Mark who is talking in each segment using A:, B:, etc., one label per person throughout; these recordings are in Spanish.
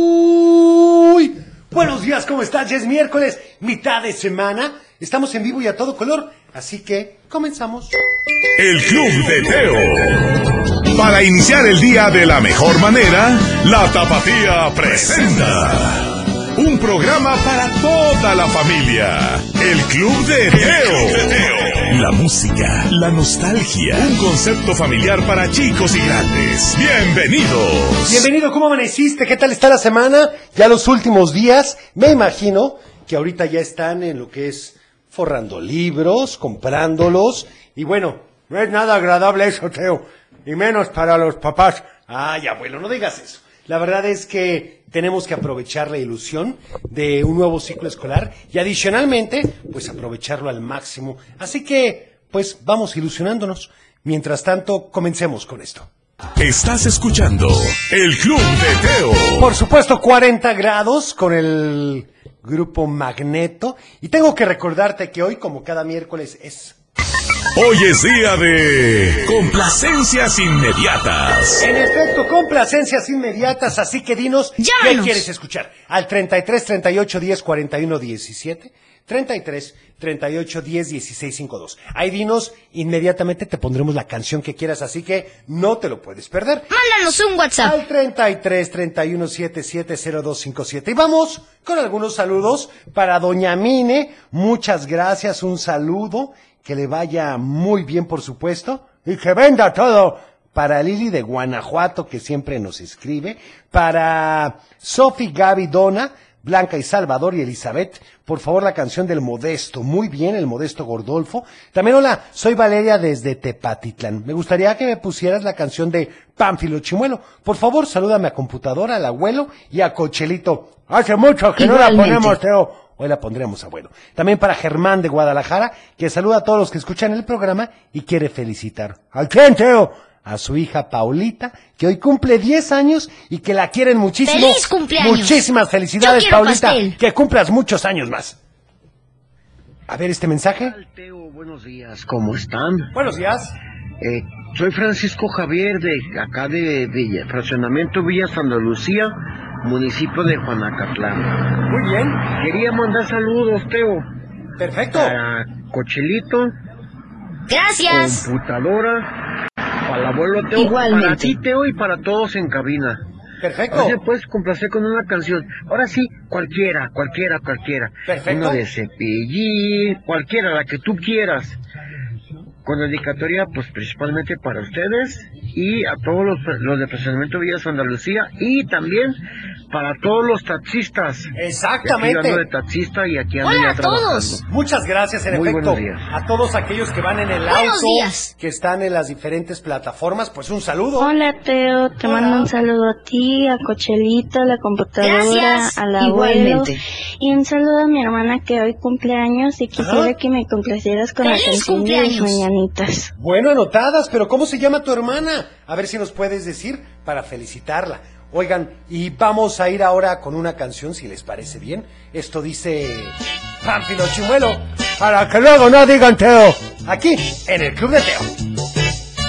A: Muy buenos días, ¿cómo estás? Ya es miércoles, mitad de semana. Estamos en vivo y a todo color, así que comenzamos.
B: El Club de Teo. Para iniciar el día de la mejor manera, la Tapatía presenta un programa para toda la familia. El Club de Teo. La música, la nostalgia, un concepto familiar para chicos y grandes. Bienvenidos.
A: Bienvenido, ¿cómo amaneciste? ¿Qué tal está la semana? Ya los últimos días, me imagino que ahorita ya están en lo que es forrando libros, comprándolos. Y bueno, no es nada agradable eso, Teo. Y menos para los papás. Ay, abuelo, no digas eso. La verdad es que tenemos que aprovechar la ilusión de un nuevo ciclo escolar y adicionalmente, pues aprovecharlo al máximo. Así que, pues vamos ilusionándonos. Mientras tanto, comencemos con esto.
B: Estás escuchando El Club de Teo.
A: Por supuesto, 40 grados con el grupo Magneto. Y tengo que recordarte que hoy, como cada miércoles, es
B: Hoy es día de complacencias inmediatas.
A: En efecto, complacencias inmediatas, así que dinos qué
C: Llanos.
A: quieres escuchar. Al 33 38 10 41 17, 33 38 10 16 52. Ahí dinos, inmediatamente te pondremos la canción que quieras, así que no te lo puedes perder.
C: Mándanos un WhatsApp.
A: Al 33 31 77 0257. Y vamos con algunos saludos para Doña Mine. Muchas gracias, un saludo. Que le vaya muy bien, por supuesto. Y que venda todo. Para Lili de Guanajuato, que siempre nos escribe. Para Sofi Gaby Dona. Blanca y Salvador y Elizabeth, por favor la canción del Modesto, muy bien, el Modesto Gordolfo. También hola, soy Valeria desde Tepatitlán. Me gustaría que me pusieras la canción de Pánfilo Chimuelo. Por favor, salúdame a computadora, al abuelo y a Cochelito. Hace mucho que no la
C: Igualmente.
A: ponemos, Teo. Hoy la pondremos, abuelo. También para Germán de Guadalajara, que saluda a todos los que escuchan el programa y quiere felicitar. ¿A quién, Teo? A su hija Paulita, que hoy cumple 10 años y que la quieren muchísimo.
C: ¡Feliz cumpleaños!
A: Muchísimas felicidades,
C: Yo quiero
A: Paulita.
C: pastel.
A: Que cumplas muchos años más. A ver este mensaje.
D: tal, Teo? Buenos días, ¿cómo están?
A: Buenos días.
D: Eh, soy Francisco Javier de acá de Villa, fraccionamiento Villa Santa Lucía, municipio de Juanacatlán.
A: Muy bien.
D: Quería mandar saludos, Teo,
A: Perfecto.
D: para Cochelito,
C: Gracias.
D: computadora, para el abuelo Teo,
C: Igualmente.
D: para ti Teo y para todos en cabina.
A: Perfecto.
D: Ahora sí puedes complacer con una canción. Ahora sí, cualquiera, cualquiera, cualquiera.
A: Perfecto.
D: Una de Cepillín, cualquiera, la que tú quieras. Con dedicatoria, pues principalmente para ustedes y a todos los, los de Presionamiento Villas Andalucía y también para todos los taxistas. Yo
A: Exactamente.
D: ando de taxista y aquí ando
C: Hola
D: ya
C: a todos.
A: Muchas gracias, en
D: Muy
A: efecto,
D: buenos días.
A: a todos aquellos que van en el
C: Buenos
A: auto,
C: días.
A: que están en las diferentes plataformas, pues un saludo.
E: Hola Teo, te
A: Hola.
E: mando un saludo a ti, a Cochelito, a la computadora,
C: Gracias.
E: al abuelo
C: Igualmente.
E: y un saludo a mi hermana que hoy cumpleaños y quisiera
A: Ajá.
E: que me complacieras con la
C: ¡Feliz
E: canción de las
C: cumpleaños!
E: mañanitas.
A: Bueno, anotadas, pero ¿cómo se llama tu hermana? A ver si nos puedes decir para felicitarla. Oigan, y vamos a ir ahora con una canción, si les parece bien. Esto dice Pánfilo Chimuelo, para que luego no digan Teo, aquí en el Club de Teo.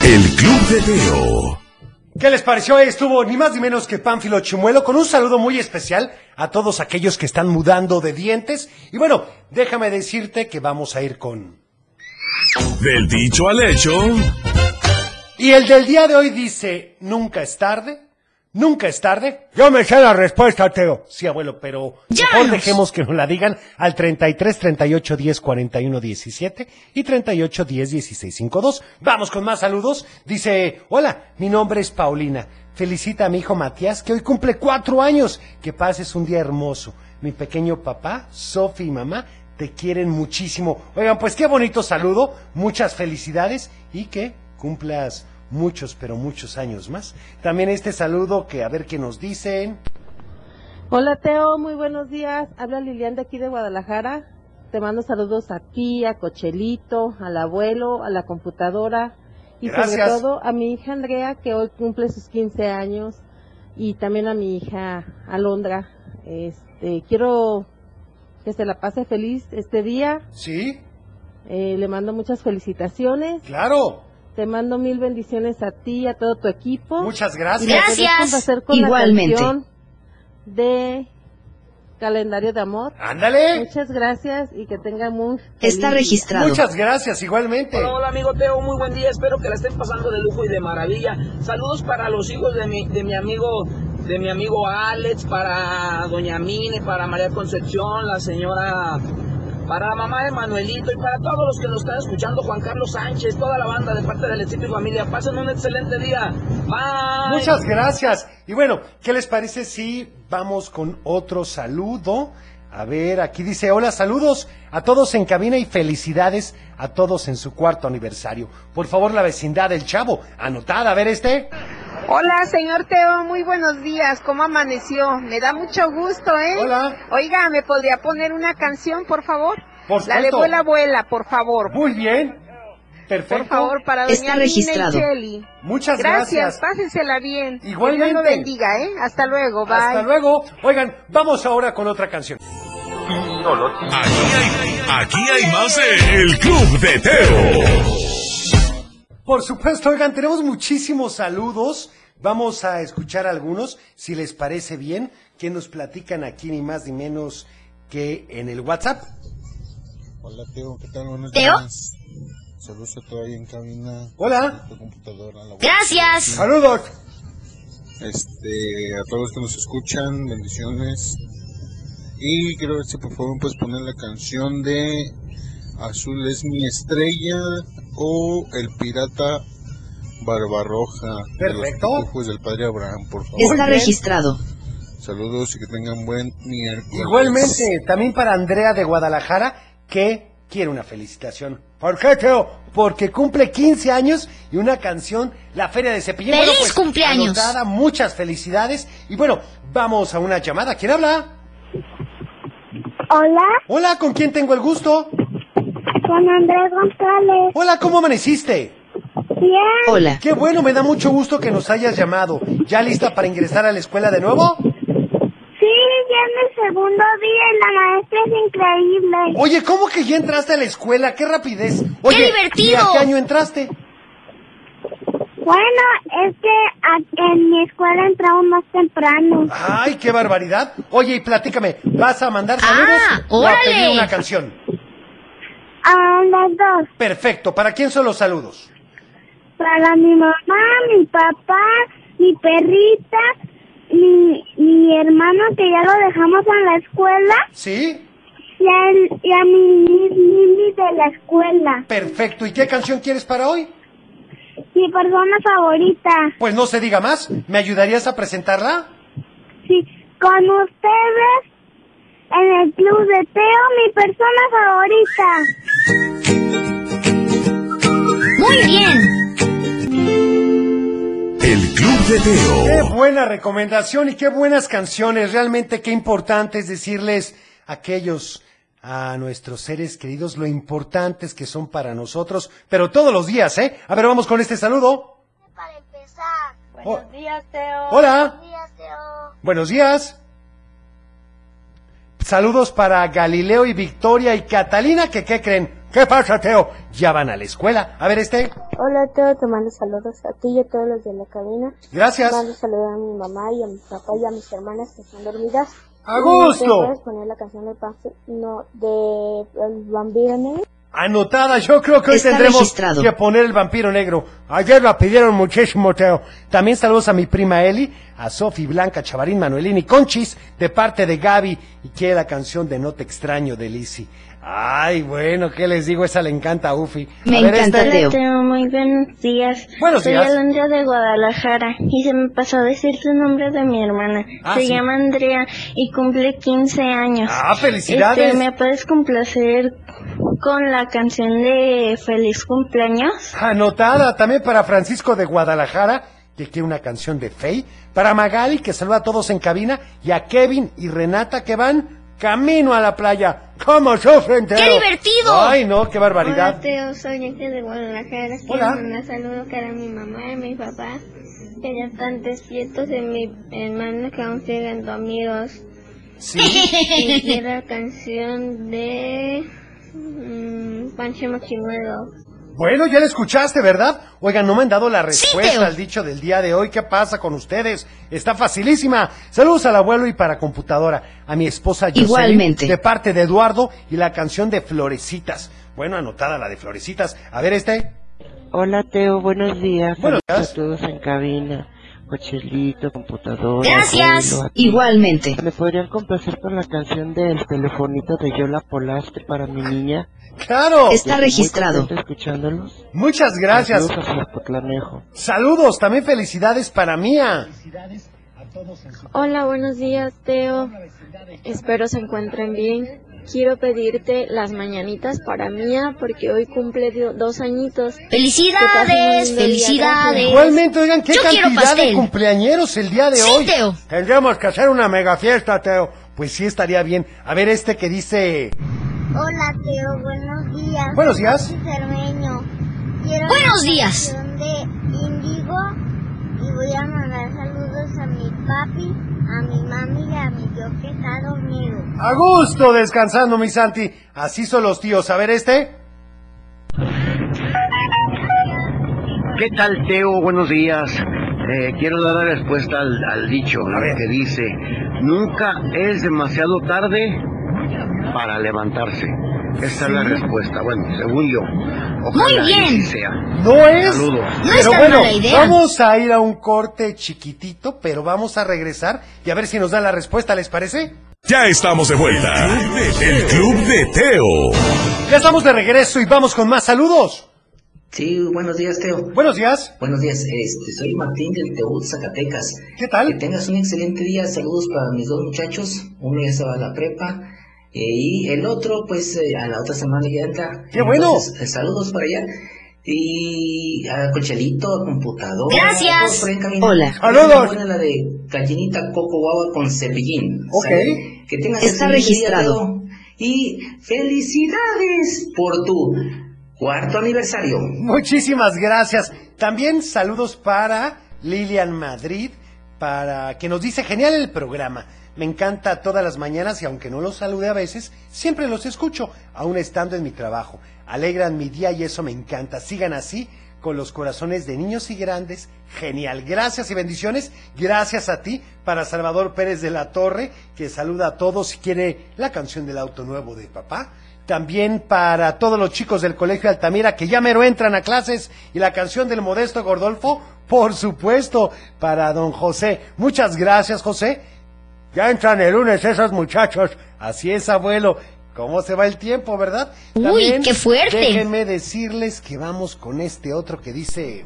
B: El Club de Teo.
A: ¿Qué les pareció? Ahí estuvo ni más ni menos que Pánfilo Chimuelo con un saludo muy especial a todos aquellos que están mudando de dientes. Y bueno, déjame decirte que vamos a ir con...
B: Del dicho al hecho,
A: Y el del día de hoy dice, nunca es tarde, nunca es tarde. Yo me sé la respuesta, Teo. Sí, abuelo, pero mejor
C: ¡Llanos!
A: dejemos que nos la digan al 33 38 10 41 17 y 38 10 16 52. Vamos con más saludos. Dice, hola, mi nombre es Paulina. Felicita a mi hijo Matías, que hoy cumple cuatro años. Que pases un día hermoso. Mi pequeño papá, Sofi y mamá, te quieren muchísimo. Oigan, pues qué bonito saludo, muchas felicidades y que cumplas muchos, pero muchos años más. También este saludo que a ver qué nos dicen.
F: Hola Teo, muy buenos días. Habla Lilian de aquí de Guadalajara. Te mando saludos a ti, a Cochelito, al abuelo, a la computadora y sobre
A: Gracias.
F: todo a mi hija Andrea que hoy cumple sus 15 años y también a mi hija Alondra. Este, quiero que se la pase feliz este día
A: Sí,
F: Eh, le mando muchas felicitaciones.
A: Claro.
F: Te mando mil bendiciones a ti, a todo tu equipo.
A: Muchas
F: Y
A: gracias.
F: me quedé
C: Gracias.
F: con placer con
G: Igualmente.
F: La canción de calendario de amor.
A: Ándale.
F: Muchas gracias y que tenga muy
G: Está
F: feliz día.
G: registrado.
A: Muchas gracias, igualmente.
H: Hola, hola, amigo Teo, muy buen día, espero que la estén pasando de lujo y de maravilla. Saludos para los hijos de mi, de mi amigo de mi amigo Alex, para doña Mine, para María Concepción, la señora para mamá de Manuelito y para todos los que nos están escuchando, Juan Carlos Sánchez, toda la banda de parte del equipo y familia. Pasen un excelente día. Bye.
A: Muchas gracias. Y bueno, ¿qué les parece si vamos con otro saludo? A ver, aquí dice, hola, saludos a todos en cabina y felicidades a todos en su cuarto aniversario. Por favor, la vecindad del chavo, anotada, a ver este.
I: Hola, señor Teo, muy buenos días. ¿Cómo amaneció? Me da mucho gusto, ¿eh?
A: Hola.
I: Oiga, ¿me podría poner una canción, por favor?
A: Por
I: La de
A: supuesto.
I: Vuela Abuela, por favor.
A: Muy bien. Perfecto.
I: Por favor, para doña
G: Está
I: Nina
G: registrado.
I: y Cheli.
A: Muchas
I: Gracias,
A: gracias.
I: pásensela bien. Que
A: Igualmente.
I: Dios lo bendiga, ¿eh? Hasta luego, bye.
A: Hasta luego. Oigan, vamos ahora con otra canción.
B: Aquí hay, aquí hay más de El Club de Teo.
A: Por supuesto, oigan, tenemos muchísimos saludos. Vamos a escuchar algunos, si les parece bien, que nos platican aquí ni más ni menos que en el WhatsApp.
J: Hola Teo, ¿qué tal? Buenos
C: ¿Teo?
J: días. Saludos a toda ahí en cabina.
A: Hola.
J: Tu computadora, la web.
C: Gracias.
A: Saludos.
J: Este, a todos los que nos escuchan, bendiciones. Y quiero ver si por favor puedes pues, poner la canción de Azul es mi estrella o El pirata Barbarroja.
A: Perfecto.
J: De los Pitufos del padre Abraham, por favor.
G: Está
A: bien.
G: registrado.
J: Saludos y que tengan buen miércoles.
A: Igualmente, también para Andrea de Guadalajara, que quiere una felicitación. ¿Por qué, Teo? Porque cumple 15 años y una canción, La Feria de Cepillín. pues,
C: ¡Feliz cumpleaños!
A: anotada, muchas felicidades. Y bueno, vamos a una llamada. ¿Quién habla?
E: Hola,
A: Hola, ¿con quién tengo el gusto?
E: con Andrés González.
A: Hola, ¿cómo amaneciste?
E: Bien,
G: Hola.
A: Qué bueno, me da mucho gusto que nos hayas llamado. ¿Ya lista para ingresar a la escuela de nuevo?
E: sí, ya es el segundo día y la maestra es increíble.
A: Oye, ¿cómo que ya entraste a la escuela? ¡Qué rapidez! Oye,
C: divertido!
A: ¿y a qué año entraste?
E: Bueno, es que a- en mi escuela entramos más temprano.
A: ¡Ay, qué barbaridad! Oye, y platícame, ¿vas a mandar saludos
C: Ah,
A: o a pedir
C: órale.
A: una canción?
E: A las dos,
A: Perfecto, ¿para quién son los saludos?
E: para mi mamá, mi papá, mi perrita, mi, mi hermano que ya lo dejamos en la escuela
A: ¿Sí?
E: y a, el- y a mi mi- Mimi de la escuela.
A: Perfecto, ¿y qué canción quieres para hoy?
E: Mi persona favorita.
A: Pues no se diga más, ¿me ayudarías a presentarla?
E: Sí, con ustedes en el club de Teo, mi persona favorita.
C: Muy bien.
B: El Club de
A: Qué
B: Teo.
A: buena recomendación y qué buenas canciones. Realmente qué importante es decirles a aquellos, a nuestros seres queridos, lo importantes que son para nosotros, pero todos los días, ¿eh? A ver, vamos con este saludo.
E: Para empezar.
A: Buenos
E: días, Teo.
A: Hola.
E: días, Teo.
A: Buenos días. Saludos para Galileo y Victoria y Catalina, que qué creen. ¿Qué pasa, Teo? Ya van a la escuela. A ver, este.
E: Hola, Teo. Te mando saludos a ti y a todos los de la cabina.
A: Gracias.
E: Mando saludos a mi mamá y a mi papá y a mis hermanas que están dormidas.
A: ¡A
E: Y
A: gusto!
E: ¿Puedes poner la canción de Pase? No, de eh, El Vampiro Negro.
A: Anotada, yo creo que hoy
G: Está
A: tendremos
G: registrado.
A: que poner el vampiro negro. Ayer la pidieron muchísimo, Teo. También saludos a mi prima Eli, a Sofi, Blanca, Chavarín, Manuelín y Conchis, de parte de Gaby, y quiere la canción de No te extraño de Lizzy. Ay, bueno, ¿qué les digo? Esa le encanta a Ufi. A
G: Me
A: ver,
G: encanta,
A: este-
G: Teo.
E: muy buenos días.
A: Buenos
E: Soy
A: días.
E: Alondra de Guadalajara y se me pasó a decir tu nombre de mi hermana.
A: Ah,
E: se
A: sí.
E: llama Andrea y cumple 15 años.
A: Ah,
E: Este,
A: felicidades.
E: ¿Me puedes complacer con la canción de Feliz Cumpleaños?
A: Anotada también para Francisco de Guadalajara, que quiere una canción de Fey. Para Magali, que saluda a todos en cabina. Y a Kevin y Renata, que van camino a la playa. ¡Cómo sufren, Teo!
C: ¡Qué divertido!
A: ¡Ay, no, qué barbaridad!
E: Hola, Teo, soy Ángel de Guadalajara. Quiero
A: Hola.
E: mandar saludos para mi mamá y mi papá, que ya están despiertos, y mi hermano que aún siguen dormidos.
A: Sí.
E: Y quiero la canción de mm, Pancho Machimuelo.
A: Bueno, ya la escuchaste, ¿verdad? Oigan, no me han dado la respuesta
C: Teo.
A: al dicho del día de hoy. ¿Qué pasa con ustedes? Está facilísima. Saludos al abuelo y para computadora. A mi esposa Jocelyn,
G: Igualmente.
A: De parte de Eduardo y la canción de Florecitas. Bueno, anotada la de Florecitas. A ver este.
K: Hola Teo, buenos días.
A: Buenos
K: Saludos
A: días.
K: a todos en cabina. Cochelito, computadora.
C: Gracias.
K: abuelo, a ti.
G: Igualmente.
K: ¿Me podrían complacer con la canción del telefonito de Yola Polaste para mi niña?
G: Está
A: ¡Claro!
K: Estoy muy
G: registrado.
K: contenta escuchándolos.
A: Muchas gracias.
K: Saludos a Zapotlanejo.
A: Saludos, también felicidades para Mía.
E: Hola, buenos días, Teo. Espero se encuentren bien. Quiero pedirte las mañanitas para Mía porque hoy cumple do- dos añitos.
C: Felicidades, felicidades.
A: Igualmente, oigan, qué
C: Yo quiero
A: cantidad de
C: pastel.
A: cumpleañeros el día de
C: Sí,
A: hoy.
C: Teo.
A: Tendríamos que hacer una mega fiesta, Teo. Pues sí, estaría bien. A ver este que dice...
E: Hola, Teo, buenos días.
A: Buenos días.
E: Cermeño. Quiero
C: Buenos
E: una
C: días.
E: canción de Índigo y voy a mandar saludos a mi papi, a mi mami y a mi tío que está dormido.
A: A gusto descansando, mi Santi. Así son los tíos. A ver este.
D: ¿Qué tal, Teo? Buenos días. Eh, quiero dar la respuesta al, al dicho ¿no?
A: ver.
D: que dice, nunca es demasiado tarde para levantarse. Esta es la respuesta, bueno, según yo. Ojalá
C: Muy bien.
D: y sí sea.
A: No es.
D: Saludos.
C: No es
A: pero
C: tan
A: bueno,
C: mala idea.
A: vamos a ir a un corte chiquitito, pero vamos a regresar y a ver si nos da la respuesta, ¿les parece?
B: Ya estamos de vuelta. El Club de Teo.
A: Ya estamos de regreso y vamos con más saludos.
H: Sí, buenos días, Teo.
A: Buenos días.
H: Buenos días, este, soy Martín del Teúl, Zacatecas.
A: ¿Qué
H: Que
A: tal?
H: tengas un excelente día, saludos para mis dos muchachos, uno ya se va a la prepa eh, y el otro pues eh, a la otra semana ya entra.
A: ¡Qué bueno!
H: Entonces, eh, saludos para allá y a Cochelito, a Computador.
C: Gracias.
G: Hola.
A: Saludos.
H: Buena la de gallinita coco guava con cepillín.
A: Ok.
H: ¿sale? Que tengas
G: Está
H: excelente día,
G: registrado.
H: Teo. Y felicidades por tu cuarto aniversario.
A: Muchísimas gracias. También saludos para Lilian Madrid, para que nos dice genial el programa. Me encanta todas las mañanas y aunque no los salude a veces, siempre los escucho, aún estando en mi trabajo. Alegran mi día y eso me encanta. Sigan así con los corazones de niños y grandes. Genial. Gracias y bendiciones. Gracias a ti para Salvador Pérez de la Torre, que saluda a todos y quiere la canción del auto nuevo de papá. También para todos los chicos del Colegio Altamira que ya mero entran a clases y la canción del modesto Gordolfo, por supuesto, para don José. Muchas gracias, José. Ya entran el lunes esos muchachos. Así es, abuelo. ¿Cómo se va el tiempo, verdad?
C: Uy, qué fuerte.
A: Déjenme decirles que vamos con este otro que dice...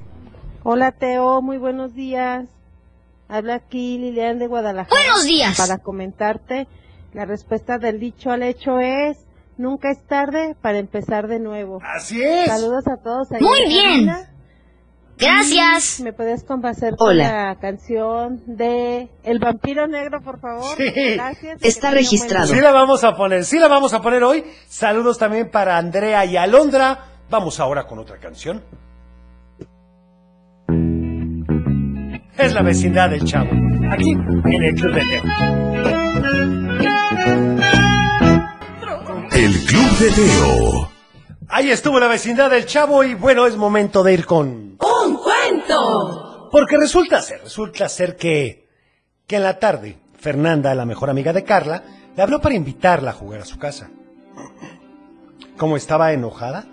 F: Hola Teo, muy buenos días. Habla aquí Lilian de Guadalajara.
C: Buenos días.
F: Para comentarte, la respuesta del dicho al hecho es, nunca es tarde para empezar de nuevo.
A: Así es.
F: Saludos a todos. ahí
C: Pues, Muy
F: en
C: bien.
F: cabina. Mm,
C: Gracias.
F: ¿Me puedes complacer con
G: Hola.
F: la canción de El Vampiro Negro, por favor?
A: Sí.
F: Gracias. y que tenga
G: Está
F: un buen
G: registrado.
F: día.
A: Sí la vamos a poner, sí la vamos a poner hoy. Saludos también para Andrea y Alondra. Vamos ahora con otra canción. Es la vecindad del chavo. Aquí en el Club de Teo.
B: El Club de Teo.
A: Ahí estuvo la vecindad del chavo y bueno, es momento de ir con...
G: ¡Un cuento!
A: Porque resulta ser, resulta ser que, que en la tarde, Fernanda, la mejor amiga de Carla, le habló para invitarla a jugar a su casa. Como estaba enojada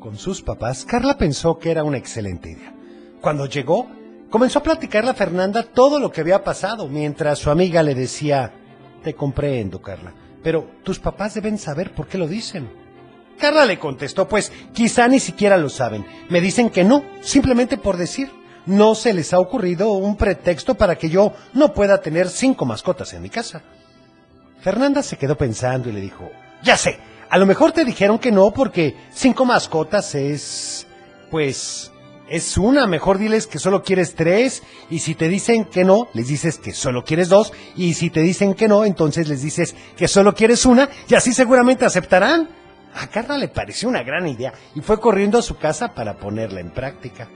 A: con sus papás, Carla pensó que era una excelente idea. Cuando llegó, comenzó a platicarle a Fernanda todo lo que había pasado, mientras su amiga le decía, te comprendo, Carla, pero tus papás deben saber por qué lo dicen. Carla le contestó, pues quizá ni siquiera lo saben. Me dicen que no, simplemente por decir. No se les ha ocurrido un pretexto para que yo no pueda tener cinco mascotas en mi casa. Fernanda se quedó pensando y le dijo, ya sé, a lo mejor te dijeron que no porque cinco mascotas es... pues... es una, mejor diles que solo quieres tres y si te dicen que no, les dices que solo quieres dos y si te dicen que no, entonces les dices que solo quieres una y así seguramente aceptarán. A Carla le pareció una gran idea y fue corriendo a su casa para ponerla en práctica.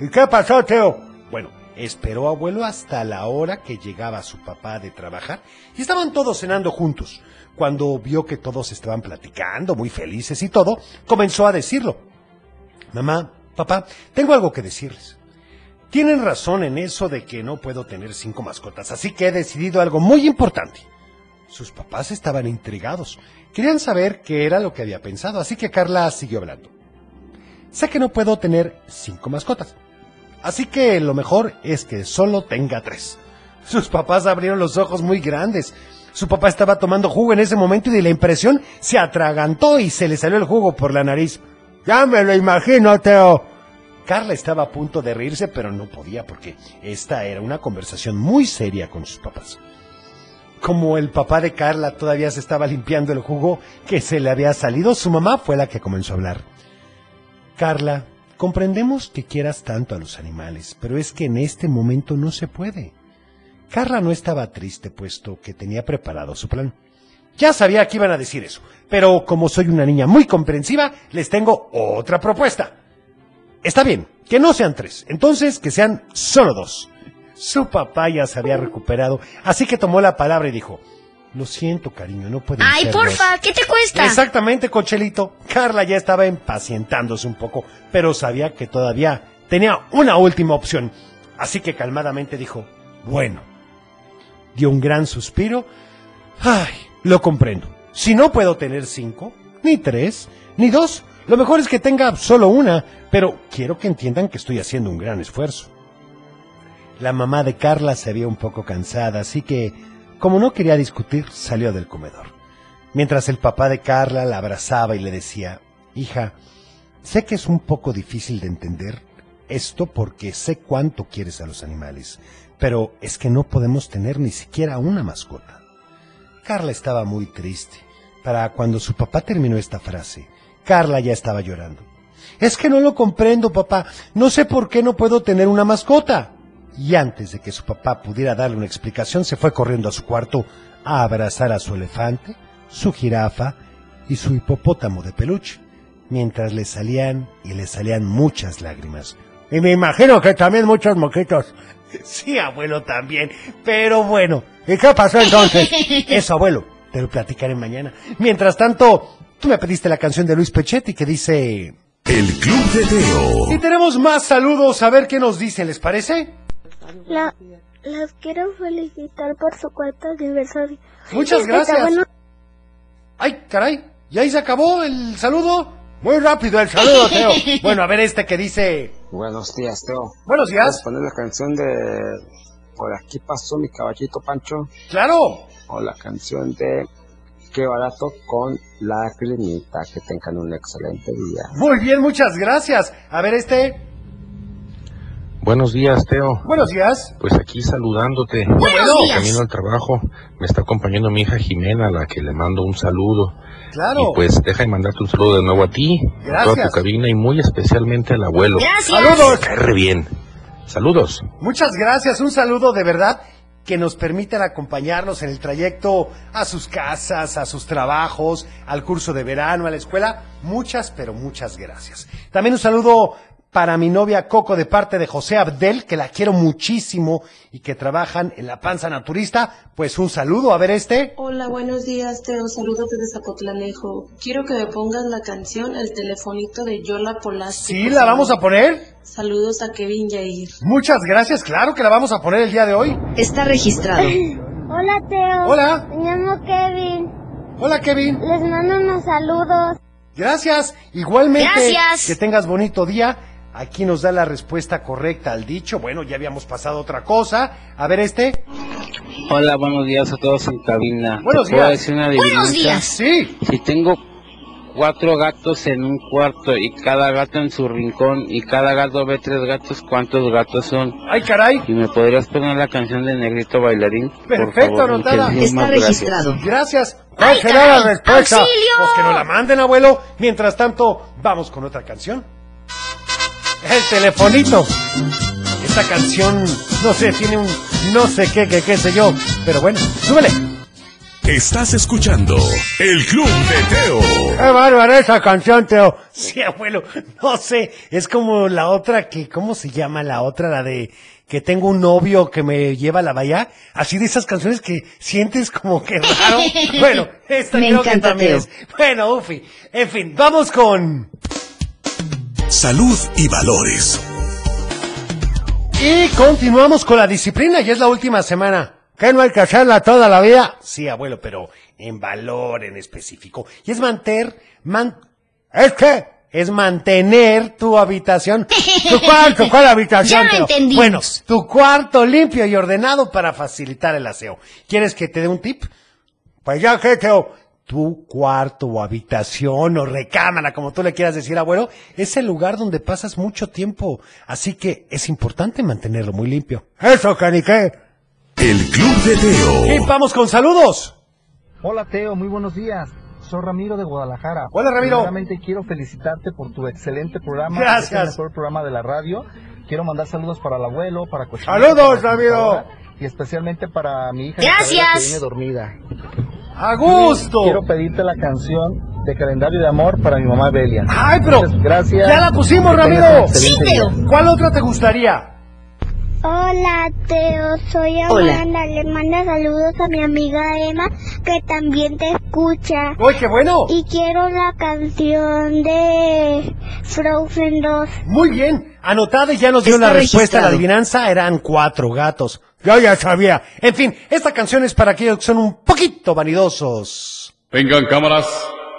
A: ¿Y qué pasó, Teo? Bueno, esperó abuelo hasta la hora que llegaba su papá de trabajar y estaban todos cenando juntos. cuando vio que todos estaban platicando, muy felices y todo, comenzó a decirlo. Mamá, papá, tengo algo que decirles. Tienen razón en eso de que no puedo tener cinco mascotas, así que he decidido algo muy importante. Sus papás estaban intrigados. Querían saber qué era lo que había pensado, así que Carla siguió hablando. Sé que no puedo tener cinco mascotas, así que lo mejor es que solo tenga tres. Sus papás abrieron los ojos muy grandes. Su papá estaba tomando jugo en ese momento y de la impresión se atragantó y se le salió el jugo por la nariz. Ya me lo imagino, Teo. Carla estaba a punto de reírse, pero no podía porque esta era una conversación muy seria con sus papás. Como el papá de Carla todavía se estaba limpiando el jugo que se le había salido, su mamá fue la que comenzó a hablar. Carla, comprendemos que quieras tanto a los animales, pero es que en este momento no se puede. Carla no estaba triste, puesto que tenía preparado su plan. Ya sabía que iban a decir eso, pero como soy una niña muy comprensiva, les tengo otra propuesta. Está bien, que no sean tres, entonces que sean solo dos. Su papá ya se había recuperado, así que tomó la palabra y dijo, lo siento, cariño, no puedo.
C: Ay, porfa, ¿qué te cuesta?
A: Exactamente, cochelito. Carla ya estaba impacientándose un poco, pero sabía que todavía tenía una última opción. Así que calmadamente dijo, bueno. Dio un gran suspiro. Ay, lo comprendo. Si no puedo tener cinco, ni tres, ni dos, lo mejor es que tenga solo una, pero quiero que entiendan que estoy haciendo un gran esfuerzo. La mamá de Carla se vio un poco cansada, así que como no quería discutir, salió del comedor. Mientras el papá de Carla la abrazaba y le decía, hija, sé que es un poco difícil de entender esto porque sé cuánto quieres a los animales, pero es que no podemos tener ni siquiera una mascota. Carla estaba muy triste. Para cuando su papá terminó esta frase, Carla ya estaba llorando. Es que no lo comprendo, papá. No sé por qué no puedo tener una mascota y antes de que su papá pudiera darle una explicación se fue corriendo a su cuarto a abrazar a su elefante, su jirafa y su hipopótamo de peluche, mientras le salían y le salían muchas lágrimas. Y me imagino que también muchos moquitos. Sí, abuelo también. Pero bueno, ¿y qué pasó entonces? Eso, abuelo, te lo platicaré mañana. Mientras tanto, tú me pediste la canción de Luis Pechetti que dice...
B: El Club de Teo.
A: Y tenemos más saludos, a ver qué nos dicen, ¿les parece?
L: La, las quiero felicitar por su cuarto aniversario.
A: Muchas gracias. Ay, caray, y ahí se acabó el saludo. Muy rápido el saludo, Teo. Bueno, a ver este que dice.
M: Buenos días, Teo.
A: Buenos días.
M: poner la canción de Por aquí pasó mi caballito Pancho.
A: Claro.
M: O la canción de Qué barato con lagrimita. Que tengan un excelente día.
A: Muy bien, muchas gracias. A ver este.
N: Buenos días, Teo.
A: Buenos días.
N: Pues aquí saludándote.
A: Buenos días.
N: Camino al trabajo. Me está acompañando mi hija Jimena, a la que le mando un saludo.
A: Claro.
N: Y pues deja de mandarte un saludo de nuevo a ti, a toda
A: Gracias.
N: tu cabina y muy especialmente al abuelo.
C: Gracias.
A: Saludos.
N: Me cae re bien. Saludos.
A: Muchas gracias, un saludo de verdad que nos permitan acompañarnos en el trayecto a sus casas, a sus trabajos, al curso de verano, a la escuela. Muchas, pero muchas gracias. También un saludo para mi novia Coco de parte de José Abdel, que la quiero muchísimo y que trabajan en la panza naturista. Pues un saludo, a ver este.
O: Hola, buenos días, Teo. Saludos desde Zapotlanejo. Quiero que me pongas la canción El telefonito de Yola Polasco.
A: Sí, la vamos a poner.
O: Saludos a Kevin Yair.
A: Muchas gracias, claro que la vamos a poner el día de hoy.
G: Está registrado.
L: Hola, Teo.
A: Hola.
L: Me llamo Kevin.
A: Hola Kevin.
L: Les mando unos saludos.
A: Gracias. Igualmente,
C: Gracias.
A: que tengas bonito día. Aquí nos da la respuesta correcta al dicho. Bueno, ya habíamos pasado otra cosa. A ver este.
P: Hola, buenos días a todos en cabina.
A: Buenos
P: ¿Te puedo
A: días.
P: decir una
C: Buenos
P: adivinanza?
C: días.
A: Sí.
P: Si tengo cuatro gatos en un cuarto y cada gato en su rincón y cada gato ve tres gatos, ¿cuántos gatos son?
A: Ay, caray.
P: ¿Y me podrías poner la canción de Negrito Bailarín?
A: Perfecto, anotada.
G: Está
P: Muchísimas gracias.
G: registrado.
A: Gracias.
C: Ay,
A: ¿Cuál será la
C: caray.
A: respuesta?
C: ¡Auxilio!
A: Pues que no la manden, abuelo. Mientras tanto, vamos con otra canción. El telefonito. Esta canción, no sé, tiene un no sé qué, qué, qué sé yo. Pero bueno, súbele.
B: Estás escuchando el Club de Teo.
A: ¡Qué bárbara esa canción, Teo! Sí, abuelo, no sé, es como la otra que, ¿cómo se llama la otra? La de que tengo un novio que me lleva a la bahía. Así de esas canciones que sientes como que raro. Bueno, esta
Q: Me
A: creo que
Q: encanta,
A: también
Q: Teo.
A: es. Bueno, ufi. En fin, vamos con...
B: Salud y valores.
A: Y continuamos con la disciplina, ya es la última semana. Que no hay que hacerla toda la vida. Sí, abuelo, pero en valor en específico. Y es mantener, man, es que es mantener tu habitación, tu cuarto, ¿cuál habitación?
C: Ya lo
A: Teo?
C: entendimos.
A: Bueno, tu cuarto limpio y ordenado para facilitar el aseo. ¿Quieres que te dé un tip? Pues ya que Teo, tu cuarto o habitación o recámara, como tú le quieras decir, abuelo, es el lugar donde pasas mucho tiempo. Así que es importante mantenerlo muy limpio. Eso, caniqué.
B: El Club de Teo.
A: Y vamos con saludos.
R: Hola Teo, muy buenos días. Soy Ramiro de Guadalajara.
A: Hola, Ramiro.
R: Primeramente quiero felicitarte por tu excelente programa. Es
A: Gracias.
R: el mejor programa de la radio. Quiero mandar saludos para el abuelo, para Cochinito.
A: Saludos,
R: para la
A: Ramiro.
R: computadora, Y especialmente para mi hija.
A: Gracias.
R: Isabela, Que viene dormida.
A: A gusto.
R: Quiero pedirte la canción de calendario de amor para mi mamá Belia.
A: Ay, pero
R: Muchas gracias.
A: ya la pusimos,
R: Que tengas
A: Ramiro.
R: un excelente día.
A: ¿Cuál otra te gustaría?
L: Hola Teo, soy
A: Hola.
L: Amanda. Le mando saludos a mi amiga Emma que también te escucha.
A: ¡Uy, qué bueno!
L: Y quiero la canción de Frozen 2.
A: Muy bien. Anotada y ya nos dio
L: Está
A: la respuesta a la
L: registrado.
A: adivinanza. Eran cuatro gatos. Yo ya sabía. En fin, esta canción es para aquellos que son un poquito vanidosos.
S: Vengan cámaras.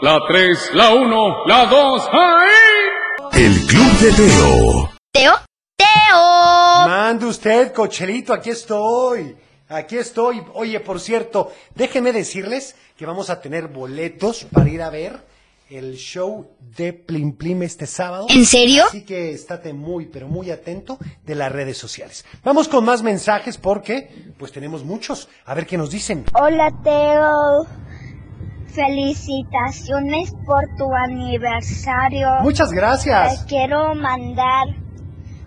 S: La 3, la 1, la 2. ¡Ahí!
B: El Club de Teo.
A: ¿Teo? ¡Teo! Mande usted, cochelito, aquí estoy. Aquí estoy. Oye, por cierto, déjenme decirles que vamos a tener boletos para ir a ver el show de Plim Plim este sábado.
C: ¿En serio?
A: Así que estate muy, pero muy atento de las redes sociales. Vamos con más mensajes porque, pues tenemos muchos. A ver qué nos dicen.
L: Hola Teo, felicitaciones por tu aniversario.
A: Muchas gracias.
L: Te quiero mandar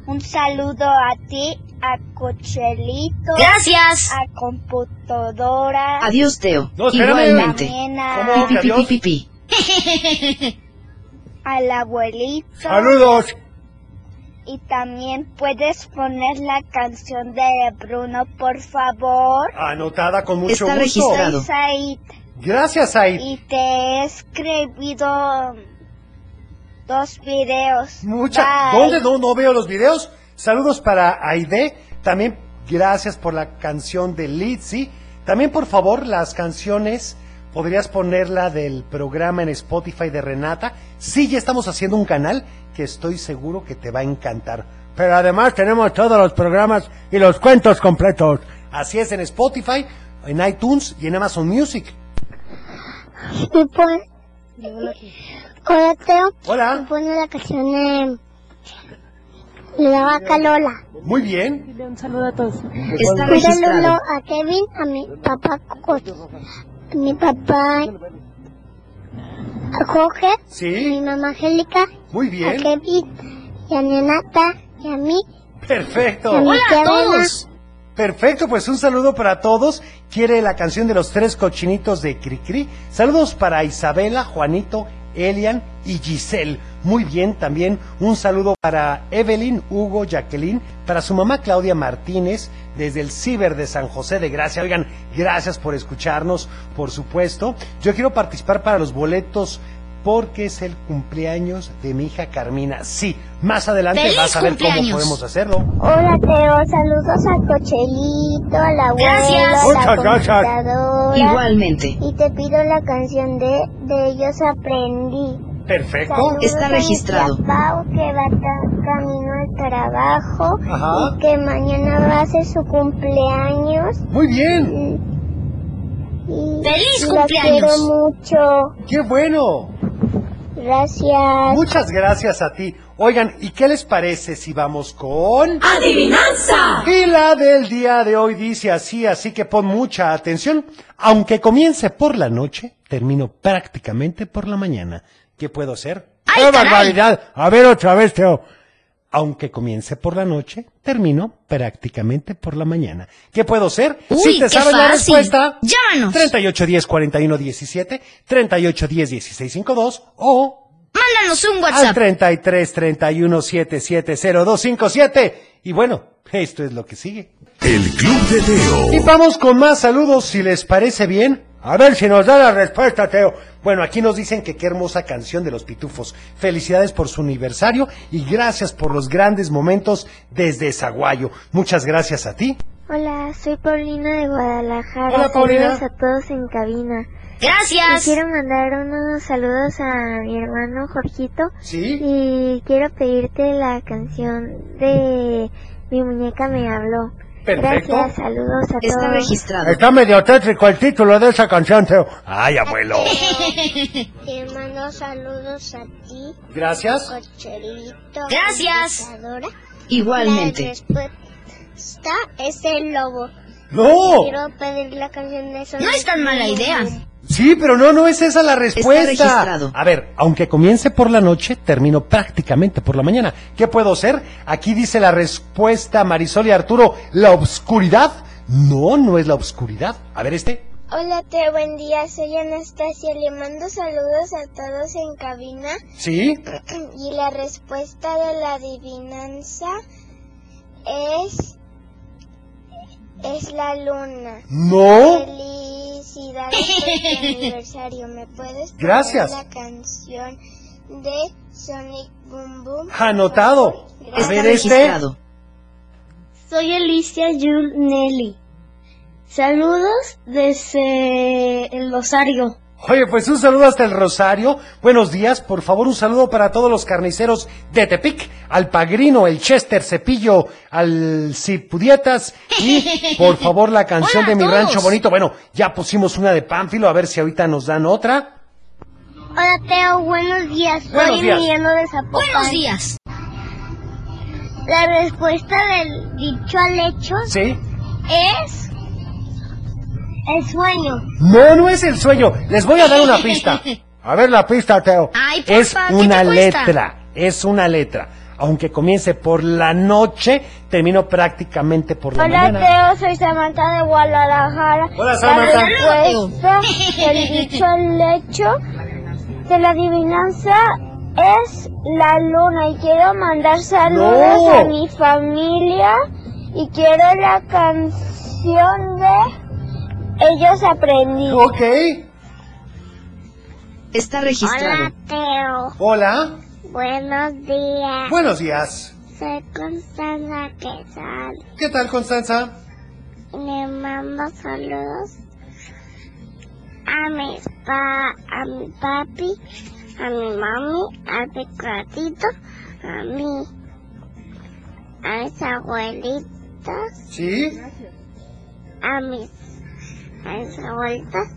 L: un saludo a ti, a Cochelito.
G: Gracias.
L: A Computadora.
G: Adiós, Teo.
L: No, espérame.
G: Igualmente.
L: También a-
G: Pi, pi, pi, pi, pi.
L: al abuelito.
A: Saludos.
L: Y también puedes poner la canción de Bruno, por favor.
A: Anotada con mucho gusto.
L: Soy Said.
A: Gracias, Aid.
L: Y te he escribido dos videos.
A: Mucha-
L: Bye.
A: ¿Dónde no, no veo los videos? Saludos para Aide. También gracias por la canción de Litzy. También, por favor, las canciones. Podrías ponerla del programa en Spotify de Renata. Sí, ya estamos haciendo un canal que estoy seguro que te va a encantar. Pero además tenemos todos los programas y los cuentos completos. Así es en Spotify, en iTunes y en Amazon Music.
L: Y pon- Hola, Teo.
A: Hola.
L: Y pone la canción de La Vaca Lola.
A: Muy bien.
F: Un saludo a todos.
L: Un saludo a Kevin, a mi papá, Co- a mi papá, a Jorge,
A: Sí.
L: a mi mamá Angélica,
A: Muy
L: a
A: bien.
L: Kevin, y a Nenata, y a mí.
A: Perfecto.
L: Y a mi Hola a tía Adela. todos.
A: Perfecto, pues un saludo para todos. Quiere la canción de los tres cochinitos de Cricri. Saludos para Isabela, Juanito, Elian y Giselle. Muy bien, también un saludo para Evelyn, Hugo, Jacqueline, para su mamá Claudia Martínez, desde el Ciber de San José de Gracia. Oigan, gracias por escucharnos, por supuesto. Yo quiero participar para los boletos porque es el cumpleaños de mi hija Carmina. Sí, más adelante
L: ¡Feliz
A: vas a ver cómo
L: cumpleaños!
A: podemos hacerlo.
L: Hola, Teo. Saludos al cochelito, a la abuela,
G: Gracias.
L: a la
G: Muchas gracias.
L: computadora.
G: Igualmente.
L: Y te pido la canción de De ellos aprendí.
A: Perfecto.
L: Saludos a mi tía Pau, que va ca- camino al trabajo
A: Ajá.
L: y que mañana va a ser su cumpleaños.
A: Muy bien.
L: Y
A: ¡Feliz
L: la
A: cumpleaños!
L: quiero mucho.
A: ¡Qué bueno!
L: Gracias.
A: Muchas gracias a ti. Oigan, ¿y qué les parece si vamos con...
G: ¡Adivinanza!
A: Y la del día de hoy dice así, así que pon mucha atención. Aunque comience por la noche, termino prácticamente por la mañana. ¿Qué puedo hacer?
Q: ¡Ay,
A: ¡Qué
Q: caray!
A: barbaridad! A ver otra vez, Teo. aunque comience por la noche, termino prácticamente por la mañana. ¿Qué puedo ser? si te
C: qué
A: sabes la
C: fácil.
A: respuesta,
C: Llámanos.
A: 3810 4117, 3810 1652 o
C: Mándanos un
A: al
C: WhatsApp.
A: 33 31 770257. Y bueno, esto es lo que sigue.
B: El Club de Teo.
A: Y vamos con más saludos, si les parece bien. A ver si nos da la respuesta, Teo. Bueno, aquí nos dicen que qué hermosa canción de los pitufos. Felicidades por su aniversario y gracias por los grandes momentos desde Zaguayo. Muchas gracias a ti.
Q: Hola, soy Paulina de Guadalajara.
A: Hola, Paulina.
Q: Saludos a todos en cabina.
C: Gracias.
Q: Y quiero mandar unos saludos a mi hermano Jorgito.
A: Sí.
Q: Y quiero pedirte la canción de Mi muñeca me habló.
A: Perfecto.
Q: Gracias, saludos a
G: Está
Q: todos.
G: registrado.
A: Está medio tétrico el título de esa canción, Teo. Ay, abuelo.
L: Te mando saludos a ti,
A: Gracias.
L: Cochelito.
C: Gracias.
L: computadora. La
G: Igualmente.
L: respuesta es el lobo.
A: No.
L: Quiero pedir la canción de Sonic.
C: ¡Oh! No es tan mala idea.
A: Sí, pero no, no es esa la respuesta.
G: registrado.
A: A ver, aunque comience por la noche, termino prácticamente por la mañana. ¿Qué puedo hacer? Aquí dice la respuesta Marisol y Arturo, la obscuridad. No, no es la obscuridad. A ver este.
L: Hola, te buen día. Soy Anastasia. Le mando saludos a todos en cabina.
A: Sí.
L: Y la respuesta de la adivinanza es. Es la luna.
C: ¡Oh!
A: No.
L: Felicidades por tu aniversario. ¿Me puedes poner
A: Gracias.
L: la canción de Sonic Boom Boom?
A: Anotado. A
G: Está
A: ver este.
G: registrado.
Q: Soy Alicia Jules Nelly. Saludos desde el Rosario.
A: Oye, pues un saludo hasta el Rosario. Buenos días, por favor, un saludo para todos los carniceros de Tepic, al Pagrino, el Chester Cepillo, al Cipudietas y, por favor, la canción
C: Hola
A: de
C: a
A: mi
C: todos.
A: rancho bonito. Bueno, ya pusimos una de Pánfilo, a ver si ahorita nos dan otra.
L: Hola, Teo. Buenos días. Soy
A: Buenos días.
L: Emiliano de Zapopan.
C: Buenos días.
L: La respuesta del dicho al hecho
A: ¿Sí?
L: es el sueño.
A: No, no es el sueño. Les voy a dar una pista. A ver la pista, Teo.
C: Ay, porfa,
A: es
C: ¿qué te
A: una
C: cuesta?
A: letra, es una letra. Aunque comience por la noche, termino prácticamente por la
L: Hola
A: mañana.
L: Teo, soy Samantha de Guadalajara.
A: Hola, Samantha.
L: La respuesta del dicho al hecho de la adivinanza es la luna y quiero mandar saludos
A: No.
L: a mi familia y quiero la canción de Ellos aprendí.
A: Ok.
G: Está registrado.
L: Teo,
A: Hola.
L: buenos días.
A: Buenos días.
L: Soy Constanza Quesal.
A: ¿Qué tal, Constanza?
L: Le mando saludos a mis pa- a mi papi, a mi mami, a mi cuatito, a mí, a mis abuelitos,
A: ¿Sí?
L: a mis, a mis abuelitos,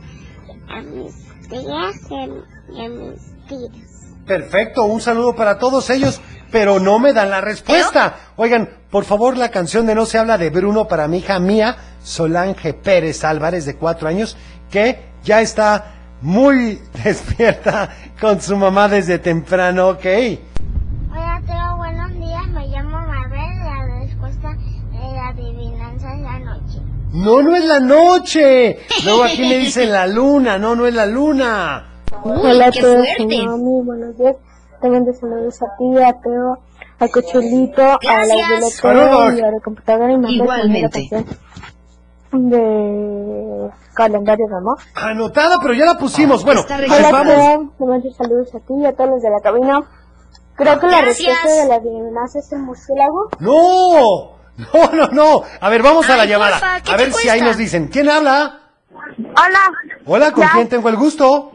L: a mis tías y a, mi- y a mis tíos.
A: Perfecto, un saludo para todos ellos, pero no me dan la respuesta. Oigan, por favor, la canción de No se habla de Bruno para mi hija mía, Solange Pérez Álvarez, de cuatro años, que ya está muy despierta con su mamá desde temprano, ok.
L: Hola, Teo, buenos días. Me llamo Mabel. La respuesta de la adivinanza es la noche.
A: No, no es la noche. Luego aquí me dicen la luna, no, no es la luna.
C: Uy,
Q: Hola a
C: qué
Q: todos,
C: fuerte.
Q: mi mami, buenos días. Te mando saludos a ti, a Teo, a Cocholito, a la abuela
C: Gracias.
Q: Teo y a la computadora y me
G: Igualmente.
Q: de calendario de amor.
A: Anotada, pero ya la pusimos. Bueno,
G: Ah, Está
A: pues
G: registrada.
Q: Hola
A: vamos.
Q: Teo, te mando saludos a ti y a todos los de la cabina. Creo que la
C: Gracias.
Q: respuesta de la adivinanza es el murciélago.
A: No, no, no, no. A ver, vamos a la
C: Ay,
A: llamada.
C: porfa, ¿qué
A: a
C: te
A: ver si ahí
C: cuesta?
A: nos dicen. ¿Quién habla?
Q: Hola,
A: Hola, ¿con
Q: Ya.
A: quién tengo el gusto?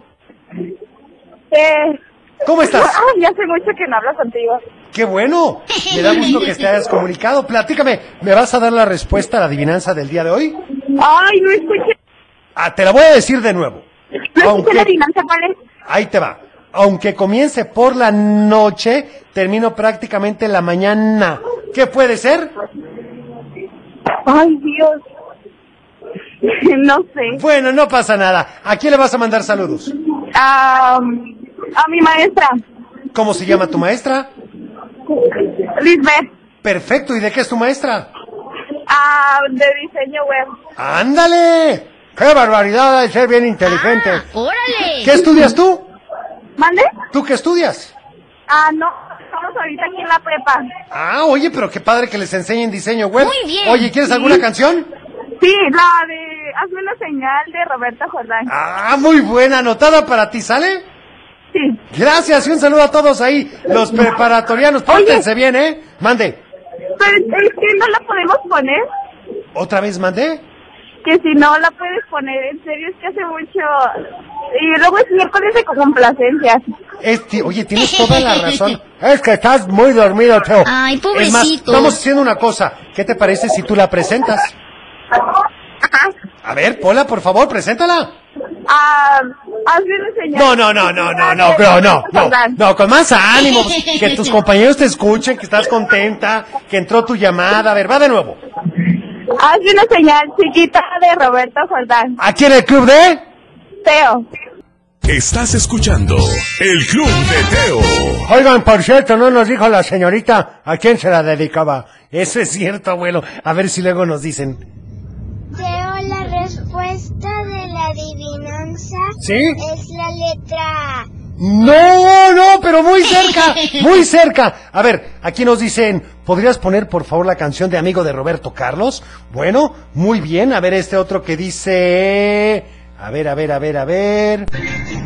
Q: eh,
A: ¿Cómo estás?
Q: ya hace mucho que no hablo contigo.
A: ¡Qué bueno! Me da gusto que te hayas comunicado. Platícame, ¿me vas a dar la respuesta a la adivinanza del día de hoy?
Q: Ay, no escuché,
A: Ah, te la voy a decir de nuevo. Aunque,
Q: adivinanza, ¿cuál es?
A: ahí te va. Aunque comience por la noche, termino prácticamente la mañana. ¿Qué puede ser?
Q: Ay, Dios. No sé.
A: Bueno, no pasa nada. ¿A quién le vas a mandar saludos?
Q: a mi maestra.
A: ¿Cómo se llama tu maestra? Lisbeth. Perfecto, ¿y de qué es tu maestra?
T: Ah, de diseño web.
A: ¡Ándale! ¡Qué barbaridad! Hay ser bien inteligente.
Q: Ah.
T: ¡Órale!
A: ¿Qué estudias tú?
T: ¿Mande?
A: ¿Tú qué estudias?
T: Ah, no, estamos ahorita aquí en la prepa.
A: Ah, oye, pero qué padre que les enseñen diseño web.
T: Muy bien.
A: Oye, ¿quieres
T: Sí.
A: alguna canción?
T: Sí, la de Hazme una señal de Roberto Jordán.
A: Ah, muy buena, anotada para ti, ¿sale? Sí. Gracias y un saludo a todos ahí, los preparatorianos. Pórtense bien, ¿eh? Mande.
T: Pero Pues, es que no la podemos poner,
A: ¿Otra vez mandé?
T: que si no la puedes poner, en serio, es que hace mucho... Y luego es miércoles de complacencias.
A: Este, oye, tienes toda la razón. Es que estás muy dormido, Teo.
T: Ay,
A: Es más,
T: pobrecito.
A: estamos haciendo una cosa. ¿Qué te parece si tú la presentas? A ver, Pola, por favor, preséntala.
T: Ah, hazme una señal.
A: No, no, no, no, no, no, no, no, no, no, con más ánimo, pues, que tus compañeros te escuchen, que estás contenta, que entró tu llamada. A ver, va de nuevo.
T: Hazme una señal chiquita de Roberto Jordán.
A: Aquí en el club de...
T: Teo.
B: Estás escuchando el Club de Teo.
A: Oigan, por cierto, no nos dijo la señorita a quién se la dedicaba. Eso es cierto, abuelo. A ver si luego nos dicen.
L: Teo, la respuesta de la adivinanza
A: ¿Sí?
L: es la letra A.
A: No, no, pero muy cerca, muy cerca. A ver, aquí nos dicen, ¿podrías poner por favor la canción de Amigo de Roberto Carlos? Bueno, muy bien. A ver, este otro que dice... A ver, a ver, a ver, a ver.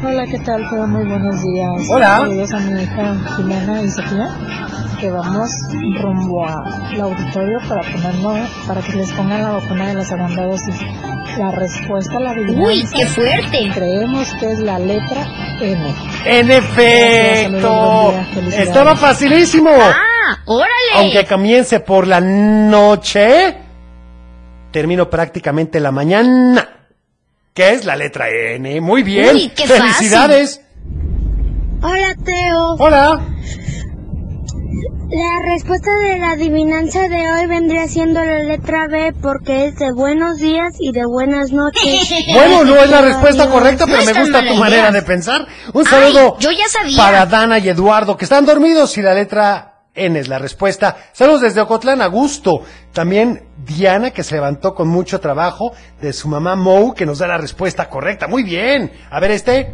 U: Hola, ¿qué tal? Teo? Muy buenos días.
A: Hola.
U: Saludos a mi hija Jimena y Sofía, que vamos rumbo al auditorio para ponernos, para que les pongan la vacuna de la segunda dosis. La respuesta a la adivinanza.
C: Uy, qué fuerte.
U: Creemos que es la letra N.
A: En efecto.
U: Gracias, saludos, buen día, felicidades.
A: Estaba facilísimo.
C: Ah, órale.
A: Aunque comience por la noche, termino prácticamente la mañana. Que es la letra N. Muy bien.
G: Uy, qué fácil.
A: Felicidades.
L: Hola, Teo.
A: Hola.
L: La respuesta de la adivinanza de hoy vendría siendo la letra B porque es de buenos días y de buenas noches.
A: Bueno, no es la respuesta
L: Adiós.
A: correcta, pero
C: No es
A: me
C: tan
A: gusta tu
C: mala
A: manera
C: idea.
A: de pensar. Un
C: Ay,
A: saludo
C: yo ya sabía.
A: para Dana y Eduardo, que están dormidos y la letra N es la respuesta. Saludos desde Ocotlán, a gusto. También Diana, que se levantó con mucho trabajo, de su mamá Mou, que nos da la respuesta correcta. Muy bien. A ver este.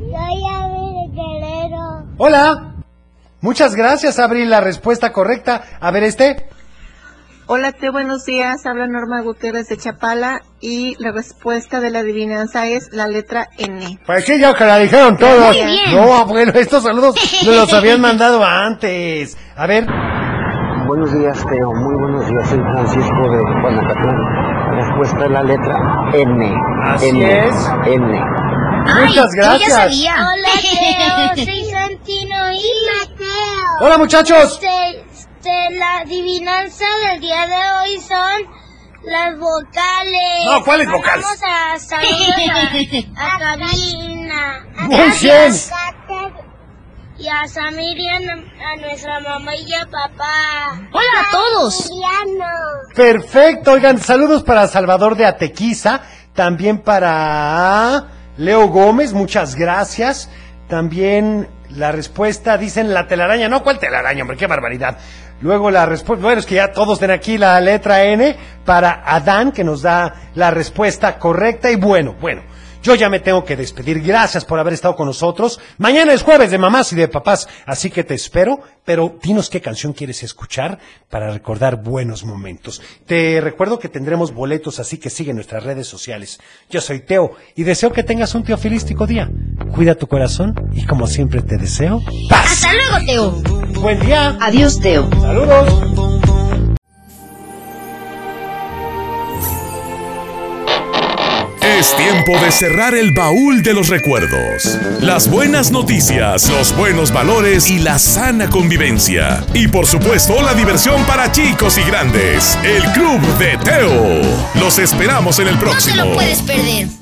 L: Soy Abel Guerrero.
A: Hola. Muchas gracias, Abril, la respuesta correcta. A ver este.
V: Hola, te buenos días. Habla Norma Gutiérrez de Chapala y la respuesta de la adivinanza es la letra N.
A: Pues sí, ya que la dijeron todos.
V: Muy bien.
A: No, abuelo, estos saludos nos los habían mandado antes. A ver.
K: Buenos días, Teo. Muy buenos días. Soy Francisco de Guanacatlán. La respuesta es la letra N.
A: Así
K: N,
A: es.
K: N.
A: Muchas gracias.
L: Hola, Teo. Soy Santino y Mateo.
A: Hola, muchachos.
L: Este- este, la adivinanza del día de hoy son las vocales.
A: No, ¿cuáles vocales?
L: Vamos a saludos a, a Karina. a
A: Muy bien.
L: Gracias. Y a Samir y a, nu- a nuestra mamá y a papá.
C: Hola a todos.
L: Adriano.
A: Perfecto, oigan, saludos para Salvador de Atequiza, también para Leo Gómez, muchas gracias. También la respuesta, dicen la telaraña, no, ¿cuál telaraña, hombre? Qué barbaridad. Luego la respuesta, bueno, es que ya todos tienen aquí la letra N para Adán, que nos da la respuesta correcta y bueno, bueno. Yo ya me tengo que despedir. Gracias por haber estado con nosotros. Mañana es jueves de mamás y de papás, así que te espero. Pero dinos qué canción quieres escuchar para recordar buenos momentos. Te recuerdo que tendremos boletos, así que sigue nuestras redes sociales. Yo soy Teo y deseo que tengas un teofilístico día. Cuida tu corazón y como siempre te deseo.
C: Hasta luego, Teo.
A: Buen día.
G: Adiós, Teo.
A: Saludos.
B: Es tiempo de cerrar el baúl de los recuerdos. Las buenas noticias, los buenos valores y la sana convivencia. Y por supuesto, la diversión para chicos y grandes. El Club de Teo. Los esperamos en el próximo.
C: Puedes perder.